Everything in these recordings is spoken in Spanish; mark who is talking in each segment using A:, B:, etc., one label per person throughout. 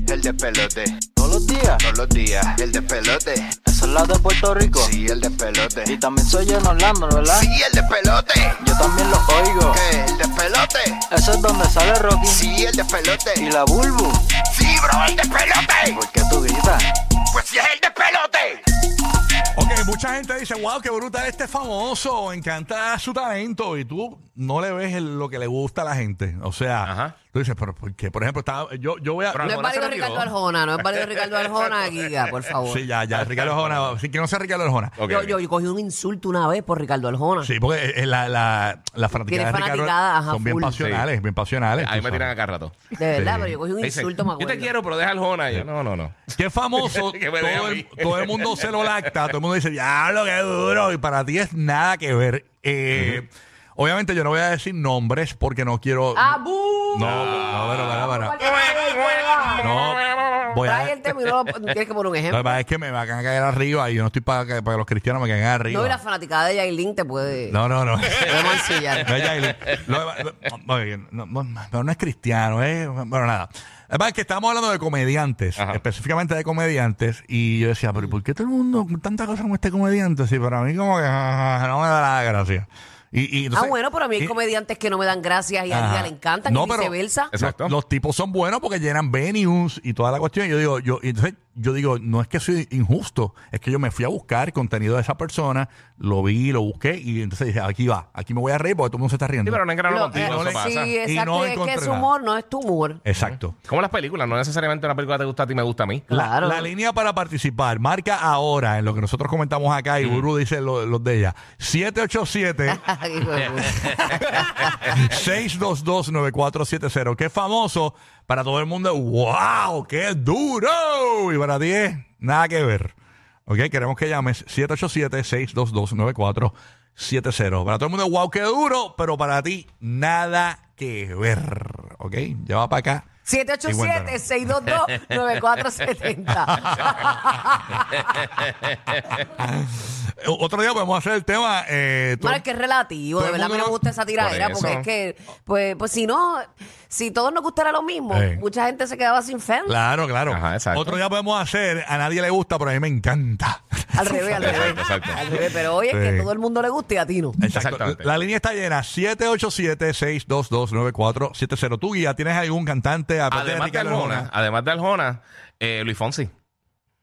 A: despelote.
B: Todos los días,
A: Todos los días, el despelote.
B: eso es la de Puerto Rico.
A: Sí, el despelote.
B: Y también soy yo en Orlando, ¿verdad?
A: Sí, el despelote.
B: Yo también lo oigo.
A: ¿Qué? El despelote.
B: Eso es donde sale Rocky
A: Sí, el despelote.
B: y la Bulbu.
A: Sí, bro, el despelote.
B: ¿Por qué tú gritas?
A: Pues sí, es el despelote.
C: Ok, mucha gente dice, wow, qué brutal este famoso, encanta su talento y tú no le ves el- lo que le gusta a la gente. O sea,
D: Ajá.
C: tú dices, pero porque, por ejemplo, estaba- yo, yo voy a...
D: Pero
E: No es
D: Arjona se
E: válido
D: retiró.
E: Ricardo Arjona, no es válido Ricardo Arjona, Giga, por favor.
C: Sí, ya, ya, Ricardo Arjona, sí, que no sea Ricardo Arjona.
D: Ok,
E: yo,
D: ok.
E: yo, yo cogí un insulto una vez por Ricardo Arjona.
C: Sí, porque eh, la, la, las fanáticas de
E: Tiene
C: Ricardo
E: fanaticada, ajá,
C: son bien
E: full.
C: pasionales, bien pasionales.
D: Ahí
C: tú
D: me tiran
C: sabes.
D: acá rato.
E: De verdad,
C: Sí.
E: pero yo cogí un
D: Me dicen,
E: insulto, me
D: yo
E: acuerdo.
D: te quiero, pero deja al Jona. Y yo, no, no, no.
C: Qué famoso,
D: Que me dé a
C: todo, el,
D: mí.
C: todo el mundo se lo lacta, todo el mundo dice, diablo, qué duro, y para ti es nada que ver. Eh, Obviamente yo no voy a decir nombres porque no quiero...
E: ¡Ah, ¡Abu!
C: No, no, pero para, para. No, voy
E: Trae
C: a.
E: el tema y no lo tienes que poner un
C: La
E: ejemplo.
C: verdad es que me van a caer arriba y yo no estoy para que, para que los cristianos me caigan arriba.
E: No, y la fanaticada de Yailin te puede. Ah,
C: No, no, no.
E: Te puede mancillar.
C: No es Yailin. Lo demás- no, oye, no, no, pero no es cristiano, ¿eh? Bueno, nada. Además, que estamos hablando de comediantes,
D: Ajá.
C: específicamente de comediantes, y yo decía, pero ¿y ¿por qué todo el mundo, tanta cosa con este comediante? Sí, pero a mí como que ah, no me da la gracia. Y, y entonces-
E: ah, bueno, pero a mí hay
C: y-
E: comediantes que no me dan gracias y a
C: Ajá.
E: Giga le encantan y
C: pero
E: viceversa.
C: los-
D: Exacto.
C: Los, tipos son buenos porque llenan venues y toda la cuestión. Yo digo, yo, y entonces yo digo, no es que soy injusto, es que yo me fui a buscar contenido de esa persona, lo vi, lo busqué y entonces dije, aquí va, aquí me voy a reír porque todo el mundo se está riendo.
D: Sí, pero no engrano
E: Lo- eh,
D: contigo,
C: no
D: eso
C: le-
D: pasa.
E: sí,
C: Y
E: exacto.
C: no
E: es que
C: encontré
E: su
C: nada.
E: humor no es tu humor.
C: Exacto.
D: Como las películas, no necesariamente una película te gusta a ti, me gusta a mí.
C: La-
E: Claro.
C: La, línea para participar, marca ahora en lo que nosotros comentamos acá y Guru dice lo- los de ella. 787
E: Hijo de puta.
C: 6229470. Qué famoso para todo el mundo. ¡Wow! ¡Qué duro! Y para ti es nada que ver. ¿Ok? Queremos que llames 787-622-9470. Para todo el mundo, wow, qué duro, pero para ti nada que ver. ¿Ok? Lleva para acá. Y cuéntanos.
E: 787-622-9470.
C: Otro día podemos hacer el tema. eh, tú-
E: Bueno, es que es relativo,
C: todo
E: de
C: el
E: verdad a mí
C: mundo
E: no me
C: no-
E: gusta esa tiradera,
D: Por
E: porque
D: eso.
E: es que, pues, pues si no, si todos nos gustara lo mismo,
C: Sí.
E: mucha gente se quedaba sin fan.
C: Claro, claro.
D: Ajá, exacto.
C: Otro día podemos hacer, a nadie le gusta, pero a mí me encanta.
E: Al revés, al revés.
D: Exacto, exacto.
E: Al revés, pero hoy es
C: Sí.
E: que todo el mundo le gusta y a ti no.
C: Exacto.
D: Exactamente.
C: La línea está llena. 787-622-9470. ¿Tú, guía, tienes algún cantante aparte
D: Además de
C: Ricardo
D: Arjona, además de Arjona, eh, Luis Fonsi.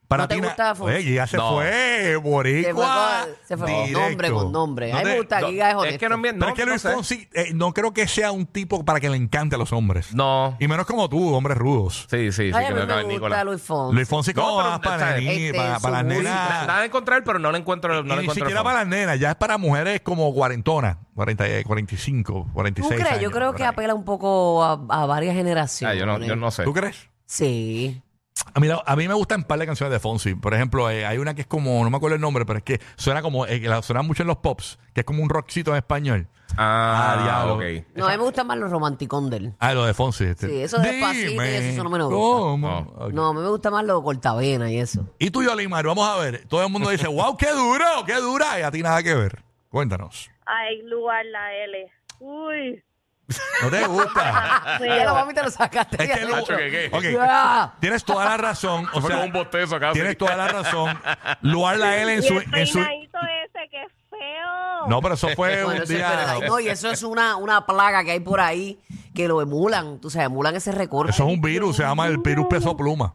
C: Para
E: ¿No te
C: ti, na-
E: gusta Fox?
C: Oye, guía se
D: No.
C: fue,
E: Se fue
C: boricua.
E: con, se fue con
C: directo.
E: nombre, con nombre.
C: No
E: A mí
C: te-
E: me gusta,
D: no,
E: Giga es
D: es
E: honesto.
D: que no es bien-
C: Pero es que
D: no
C: Luis
D: sé.
C: Fonsi, eh, no creo que sea un tipo para que le encante a los hombres.
D: No.
C: Y menos como tú, hombres rudos.
D: Sí, sí, sí,
E: Ay, a
D: que
E: mí
D: no
E: me
D: cabe
E: gusta
D: Nicolás.
E: Luis Fonsi.
C: Luis Fonsi,
D: No,
C: ¿cómo
D: pero
C: vas para,
D: está-
C: las ni-
E: este,
C: para,
E: su
C: para las
E: música.
C: nenas?
D: Nada de encontrar, pero no le encuentro,
C: Y
D: no le
C: ni
D: encuentro
C: siquiera
D: el
C: para
D: fondo.
C: las nenas, ya es para mujeres como cuarentonas, 40, eh, 45, 46
E: ¿Tú crees?
C: años,
E: Yo creo
C: por
E: que
C: ahí.
E: apela un poco a, a varias
D: Ah,
E: generaciones.
D: yo no, yo no sé.
C: ¿Tú crees?
E: Sí.
C: A mí, la- a mí me gustan un par de canciones de Fonsi. Por ejemplo, eh, hay una que es como, no me acuerdo el nombre, pero es que suena como, eh, que la suena mucho en los pops, que es como un rockcito en español.
D: Ah,
C: Ah, diablo.
D: ok.
E: No, a mí me gusta más los romanticón de él.
C: Ah, lo de Fonsi. Este.
E: Sí, eso de Despacito y eso, eso no me lo gusta.
C: ¿cómo?
D: No.
C: Ok.
E: No, a mí me gusta más los cortavena y eso.
C: Y tú, Yolimar, vamos a ver. Todo el mundo dice, wow, qué duro, qué dura. Y a ti nada que ver. Cuéntanos.
F: Ay, lugar la L. Uy.
C: ¿No te gusta? Este
E: Ya la
F: Pero,
E: mami te lo sacaste.
C: Es que lo-
D: Nacho, ¿qué, qué?
C: Ok.
E: Ya.
C: Tienes toda la razón. O
D: Fue
C: sea,
D: como un bostezo casi.
C: Tienes toda la razón. Luar la L en
F: y
C: su,
F: el
C: en su-
F: peinadito ese, que es feo.
C: No, pero eso fue Eh,
E: Bueno,
C: un
E: eso es verdad.
C: día.
E: No, y eso es una, una plaga que hay por ahí que lo emulan, tú sabes, emulan ese recorte.
C: Eso es un virus, se llama el virus peso pluma.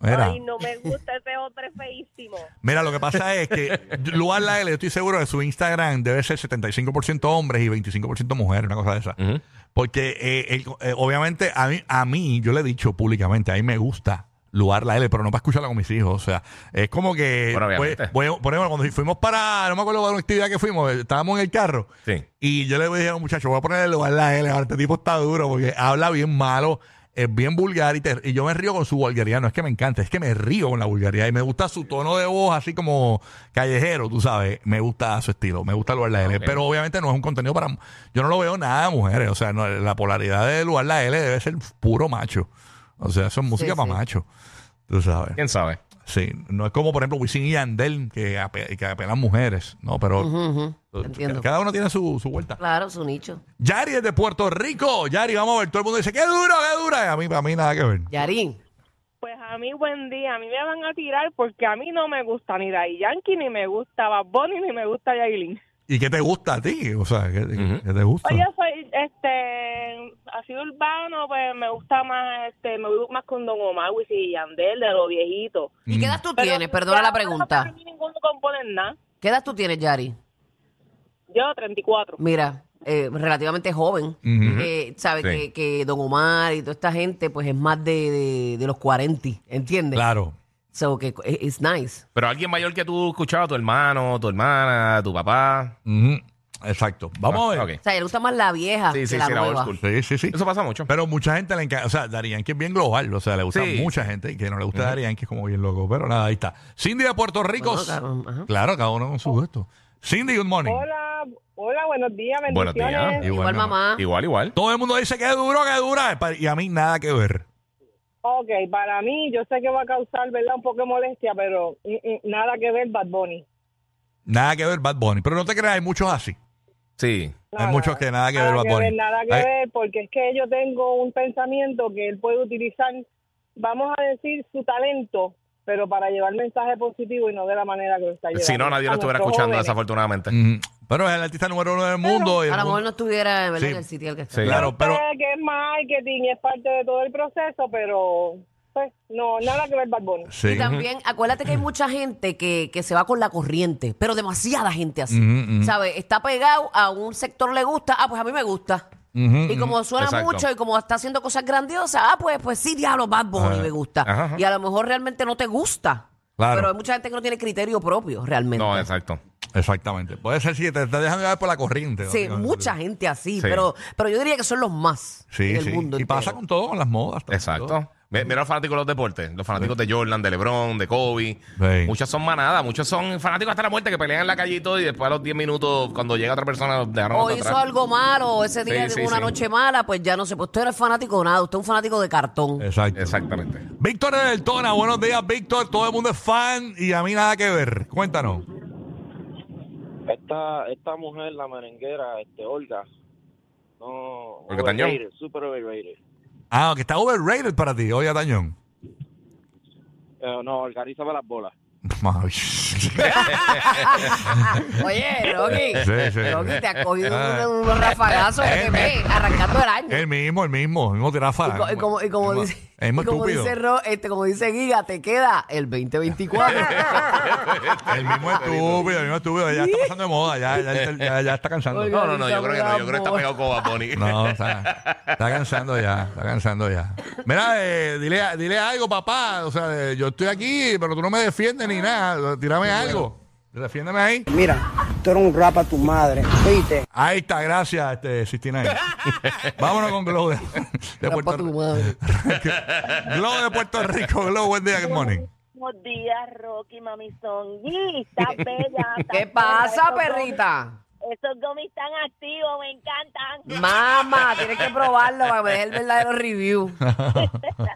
C: Mira,
F: Ay, no me gusta ese hombre feísimo.
C: mira, lo que pasa es que Luar la L, yo estoy seguro de su Instagram debe ser 75% hombres y 25% mujeres, una cosa de esa.
D: Ujú.
C: Porque eh, él, eh, obviamente a mí, a mí, yo le he dicho públicamente, a mí me gusta lugar la L, pero no para escucharla con mis hijos. O sea, es como que.
D: Bueno, obviamente.
C: pues, bueno, por ejemplo, cuando fuimos para. No me acuerdo de una actividad que fuimos, eh, estábamos en el carro.
D: Sí.
C: Y yo le dije a un muchacho, voy a ponerle lugar la L. Ahora este tipo está duro porque habla bien malo, es bien vulgar y, te- y yo me río con su vulgaridad. No es que me encante, es que me río con la vulgaridad y me gusta su tono de voz así como callejero, tú sabes. Me gusta su estilo, me gusta lugar la L.
D: Ok.
C: Pero obviamente no es un contenido para. Yo no lo veo nada de mujeres. O sea, no, la polaridad de lugar la L debe ser puro macho. O sea, eso es música
E: Sí,
C: para
E: sí.
C: macho. Tú sabes.
D: ¿Quién sabe?
C: Sí, no es como, por ejemplo, Wisin y Yandel que, ape- que apelan mujeres, ¿no? Pero
E: Ujú, ujú. Entiendo.
C: cada uno tiene su, su vuelta.
E: Claro, su nicho.
C: Yari es de Puerto Rico. Yari, vamos a ver. Todo el mundo dice, qué duro, qué dura. Y a mí, para mí, nada que ver.
E: Yarín.
F: Pues A mí buen día, a mí me van a tirar porque a mí no me gusta ni Daddy Yankee, ni me gusta Bad Bunny, ni me gusta Yailin.
C: ¿Y qué te gusta a ti? O sea, ¿qué,
D: Ujú.
C: qué te gusta?
F: Pues yo soy, este, así urbano, pues me gusta más, este, me voy más con Don Omar, Wisin y Yandel, de los viejitos.
E: ¿Y
C: Mm.
E: qué edad tú
F: Pero
E: tienes? Perdona la
F: ya, No,
E: pregunta.
F: para mí ninguno compone nada.
E: ¿Qué edad tú tienes, Yari?
F: Yo 34.
E: Mira, eh, relativamente joven.
C: Ujú.
E: eh, ¿Sabes?
D: Sí.
E: Que, que Don Omar y toda esta gente, pues es más de, de, de los 40, ¿entiendes?
C: Claro.
E: So que eh, it's nice.
D: Pero alguien mayor que tú escuchabas, tu hermano, tu hermana, tu papá.
C: Ujú. Exacto. Vamos a ver.
D: Ah, Ok.
E: O sea, le gusta más la vieja
D: Sí,
E: Ah, que
D: sí,
E: la
D: sí, la old
E: nueva.
D: school.
C: Sí, sí, sí.
D: Eso pasa mucho.
C: Pero mucha gente le encanta, o sea, Darían que es bien global, o sea, le gusta
D: Sí.
C: mucha gente y que no le gusta Darían que es como bien loco, pero nada, ahí está. Cindy de Puerto Rico.
E: Bueno, claro, ajá.
C: claro, cada uno con su gusto. Cindy, good morning.
F: Hola, hola, buenos días,
D: Buenos días. bendiciones.
E: Igual,
C: mi amor.
E: mamá.
D: Igual, igual.
C: Todo el mundo dice que es duro, que es dura, pa- y a mí nada que ver.
F: Ok, para mí, yo sé que va a causar, ¿verdad? Un poco de molestia, pero mm, mm, nada que ver Bad Bunny.
C: Nada que ver Bad Bunny, pero no te creas, hay muchos así.
D: Sí.
F: No,
C: hay
F: no,
C: muchos
F: no.
C: que nada que
F: Nada
C: ver Bad
F: que
C: Bunny.
F: ver, nada que
C: Hay-
F: ver, porque es que yo tengo un pensamiento que él puede utilizar, vamos a decir, su talento, pero para llevar mensaje positivo y no de la manera que lo está llevando.
D: Si no, nadie
F: A
D: lo estuviera
F: nuestros
D: escuchando,
F: jóvenes.
D: desafortunadamente.
C: Mm, pero es el artista número uno del mundo. y el
E: A lo mejor
C: mundo-
E: no estuviera ¿verdad?
C: Sí.
E: en el sitio al que
D: Sí.
E: está.
C: Claro, pero
F: Sé que es marketing y es parte de todo el proceso, pero pues no, nada que ver Bad Bunny.
C: sí.
E: Y también, acuérdate que hay mucha gente que, que se va con la corriente, pero demasiada gente así.
C: Ujú, ujú.
E: ¿Sabes? Está pegado, a un sector le gusta, ah, pues a mí me gusta.
C: Ujú,
E: y como suena
D: exacto.
E: mucho y como está haciendo cosas grandiosas, ah, pues, pues sí, diablo, Bad Bunny
C: Ah,
E: me gusta.
D: ajá, ajá.
E: Y a lo mejor realmente no te gusta.
C: Claro.
E: Pero hay mucha gente que no tiene criterio propio, realmente.
D: No, exacto.
C: Exactamente. Puede ser si te estás dejando llevar por la corriente.
E: Sí,
C: ¿no?
E: mucha gente así,
D: Sí.
E: pero, pero yo diría que son los más
C: Sí,
E: en el
C: sí.
E: mundo.
C: y pasa
E: entero.
C: con todo, con las modas. también, todo.
D: Exacto. Mi- Mira los fanáticos de los deportes. Los fanáticos de Jordan, de LeBron, de Kobe.
C: Sí.
D: Muchos son manada. Muchos son fanáticos hasta la muerte que pelean en la calle y todo. Y después a los 10 minutos, cuando llega otra persona, los dejaron
E: o
D: hasta
E: hizo
D: atrás.
E: algo malo, o ese día
D: Sí,
E: tuvo
D: sí,
E: una
D: sí.
E: noche mala, pues ya no sé. Pues tú eres fanático de nada, usted es un fanático de cartón.
C: Exacto.
D: Exactamente.
C: Víctor de Deltona, buenos días, Víctor. Todo el mundo es fan y a mí nada que ver. Cuéntanos.
G: Esta, esta mujer, la merenguera, este, Olga, no,
D: Olga Tañón.
G: overrated, super overrated.
C: Ah, que está overrated para ti, oye, Tañón.
G: Eh, no, organiza para las bolas.
C: Ay, sí,
E: Oye, Rocky.
C: sí, sí.
E: Rocky, te ha cogido
C: Ah. Eh,
E: un- unos rafagazos que te ve arrancando el año.
C: El mismo, el mismo, el mismo
E: Y, co-
C: tirafa.
E: y como, y como
C: El mismo-
E: dice,
C: el mismo
E: y como
C: estúpido.
E: dice Ro- este, como dice Giga, te queda el 2024.
C: El mismo estúpido, el mismo estúpido. Ya está pasando de moda, ya, ya, ya- ya está cansando.
E: Oiga.
D: No, no, no. Yo creo que no. Yo creo que está pegado con Bad Bunny.
C: No, está, está cansando ya, está cansando ya. Mira, eh, dile, a- dile algo, papá. O sea, eh, yo estoy aquí, pero tú no me defiendes ni nada. Tírame algo. Defiéndeme ahí.
H: Mira, tú eres un rap a tu madre, ¿viste?
C: Ahí está, gracias, este, 69. Vámonos con Glow de, de
E: Rapa
C: Puerto
E: tu
C: Rico.
E: madre.
C: Glow de Puerto Rico. Glow, buen día, good morning.
F: Buenos días, Rocky, mami, son estás bella. estás
E: ¿Qué
F: bella,
E: pasa,
F: esos
E: perrita?
F: gomis- Esos gomis están activos, me encantan.
E: Mamá, tienes que probarlo para que me dejes el verdadero review.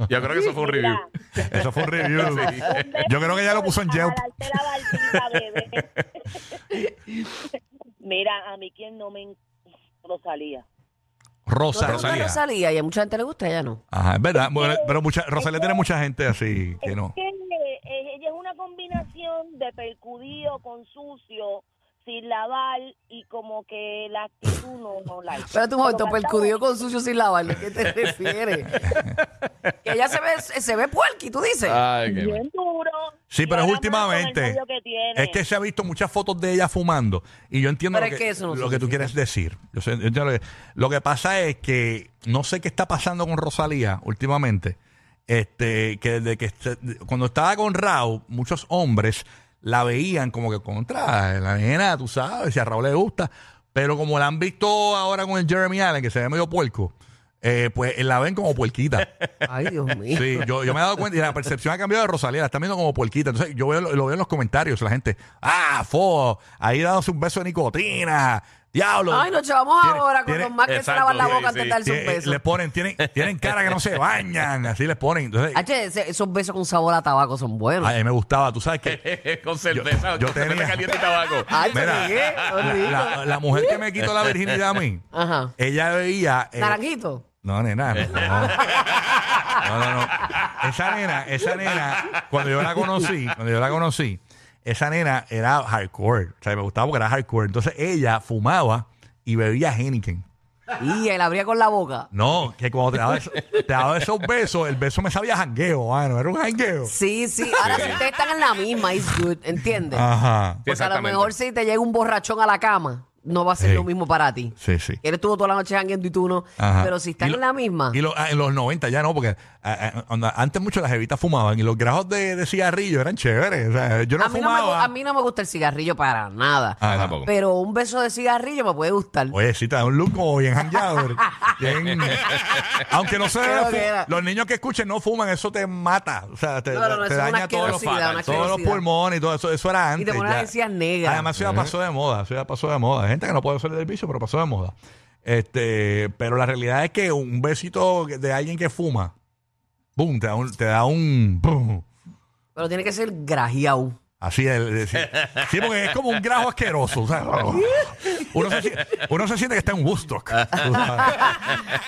D: Yo creo que eso fue un review.
F: Mira,
C: Eso fue un review.
F: un beso
C: Eh, Yo creo que ella lo puso en
F: para
C: Yelp.
F: darte la barbita, bebé. Mira, a mí quien no me en- Rosalía.
E: ¿No te
C: Rosa,
E: gusta
C: Rosalía.
E: Rosalía? Y a mucha gente le gusta, ya no.
C: Ajá, es verdad. Bueno, pero mucha, Rosalía tiene mucha gente así que no.
F: Es que eh, ella es una combinación de percudido con sucio, sin lavar y como que la actitud no, no la
E: Espérate un momento,
F: Pero
E: percudido con sucio sin lavarle. ¿Qué te refieres? que ella se ve, se ve puerqui, tú dices.
D: Ay,
F: cantamos bien duro.
C: Sí,
F: Y
C: pero es
F: ahora más con el
C: últimamente.
F: novio que tiene.
C: Es que se ha visto muchas fotos de ella fumando. Y yo entiendo
E: Pero
C: lo,
E: es
C: que,
E: que eso no
C: lo que tú
E: significa.
C: quieres decir. Yo sé- yo entiendo lo, que, lo que pasa es que no sé qué está pasando con Rosalía últimamente. Este, que desde que este- cuando estaba con Raúl, muchos hombres la veían como que contra la nena, tú sabes, si a Raúl le gusta. Pero como la han visto ahora con el Jeremy Allen, que se ve medio puerco, eh, pues la ven como puerquita.
E: Ay, Dios mío.
C: Sí, yo, yo me he dado cuenta y la percepción ha cambiado de Rosalía, la están viendo como puerquita. Entonces, yo veo, lo, lo veo en los comentarios, la gente, ah, fo, ahí dándose un beso de nicotina, diablo.
E: Ay, nos llevamos
C: Tiene-
E: ahora con
C: tiene-
E: los más que se
D: exacto,
E: lavan la
D: sí,
E: boca antes de
D: sí.
E: darse un
C: tie-
E: beso.
C: le ponen, tienen, tienen cara que no se bañan, así les ponen. Entonces,
E: H, ese- esos besos con sabor a tabaco son buenos.
C: a mí me gustaba, tú sabes que
D: con cerveza,
C: Yo- yo
D: con cerveza
C: tenía-
D: caliente y tabaco.
E: Ay,
C: mira,
E: pero qué, qué rico.
C: la, la mujer que me quitó la virginidad a mí,
E: Ajá.
C: ella veía... eh,
E: Naranjito.
C: No, nena, no. No, no, no. Esa nena, esa nena, cuando yo la conocí, cuando yo la conocí, esa nena era hardcore. O sea, me gustaba porque era hardcore. Entonces ella fumaba y bebía Heineken.
E: Y él abría con la boca.
C: No, que cuando te daba, eso- te daba esos besos, el beso me sabía a jangueo, mano. Era un jangueo.
E: Sí, sí. Ahora si ustedes están en la misma, it's good, ¿entiendes?
C: Ajá.
E: Porque a lo
D: exactamente.
E: mejor si te llega un borrachón a la cama, no va a ser
C: Sí.
E: lo mismo para ti.
C: Sí, sí.
E: Él estuvo toda la noche jangueando y tú no.
C: Ajá.
E: Pero si
C: Y
E: están
C: lo-
E: en la misma.
C: Y lo- ah, en los 90 ya no, porque ah, ah, onda, antes mucho las evitas fumaban y los grajos de, de cigarrillo eran chéveres. O sea, yo no
E: a, mí no me, gu-
C: fumaba. Ah,
E: a mí no me gusta el cigarrillo para nada.
C: Ajá.
D: tampoco.
E: Pero un beso de cigarrillo me puede gustar.
C: Oye, sí, te da un look como bien jangueado. bro. Bien- Aunque no se
E: Creo que era.
C: los niños que escuchen no fuman, eso te mata. O sea, te,
E: No, no, no,
C: te
E: eso es una
C: daña todos los,
E: asquerosidad, una
C: todos los
E: asquerosidad.
C: pulmones y todo eso. Eso era
E: Y
C: antes.
E: te pones
C: ya.
E: las encías negras.
C: Además, eso ya pasó de moda. Eso ya pasó de moda. Hay gente que no puede salir del vicio, pero pasó de moda. Este, pero la realidad es que un besito de alguien que fuma, boom, te da un, te da un boom.
E: Pero tiene que ser grajeado.
C: Así es. es decir, sí, porque es como un grajo asqueroso. o sea, uno, se, si- uno se siente que está en Woodstock. tú sabes.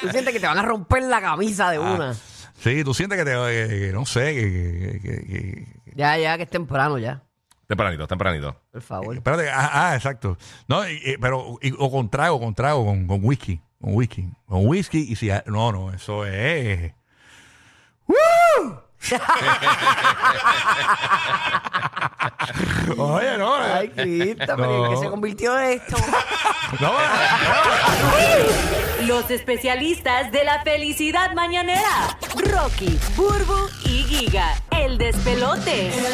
E: Tú sientes que te van a romper la camisa de
C: Ah.
E: una.
C: Sí, tú sientes que te. que- que no sé, que. que- que- que- que-
E: Ya, ya, que es temprano ya.
D: Tempranito, tempranito.
E: Por favor.
C: espérate, ah, ah, exacto. No, y- y- pero. y- o con trago, con trago, con, con whisky. Con whisky. Con whisky y si. No, no, eso es. ¡Woo! Oye, no.
E: Ay, Cristo, pero ¿en qué
C: No.
E: se convirtió esto?
C: no,
I: Los especialistas de la felicidad mañanera. Rocky, Burbu y Giga. El despelote.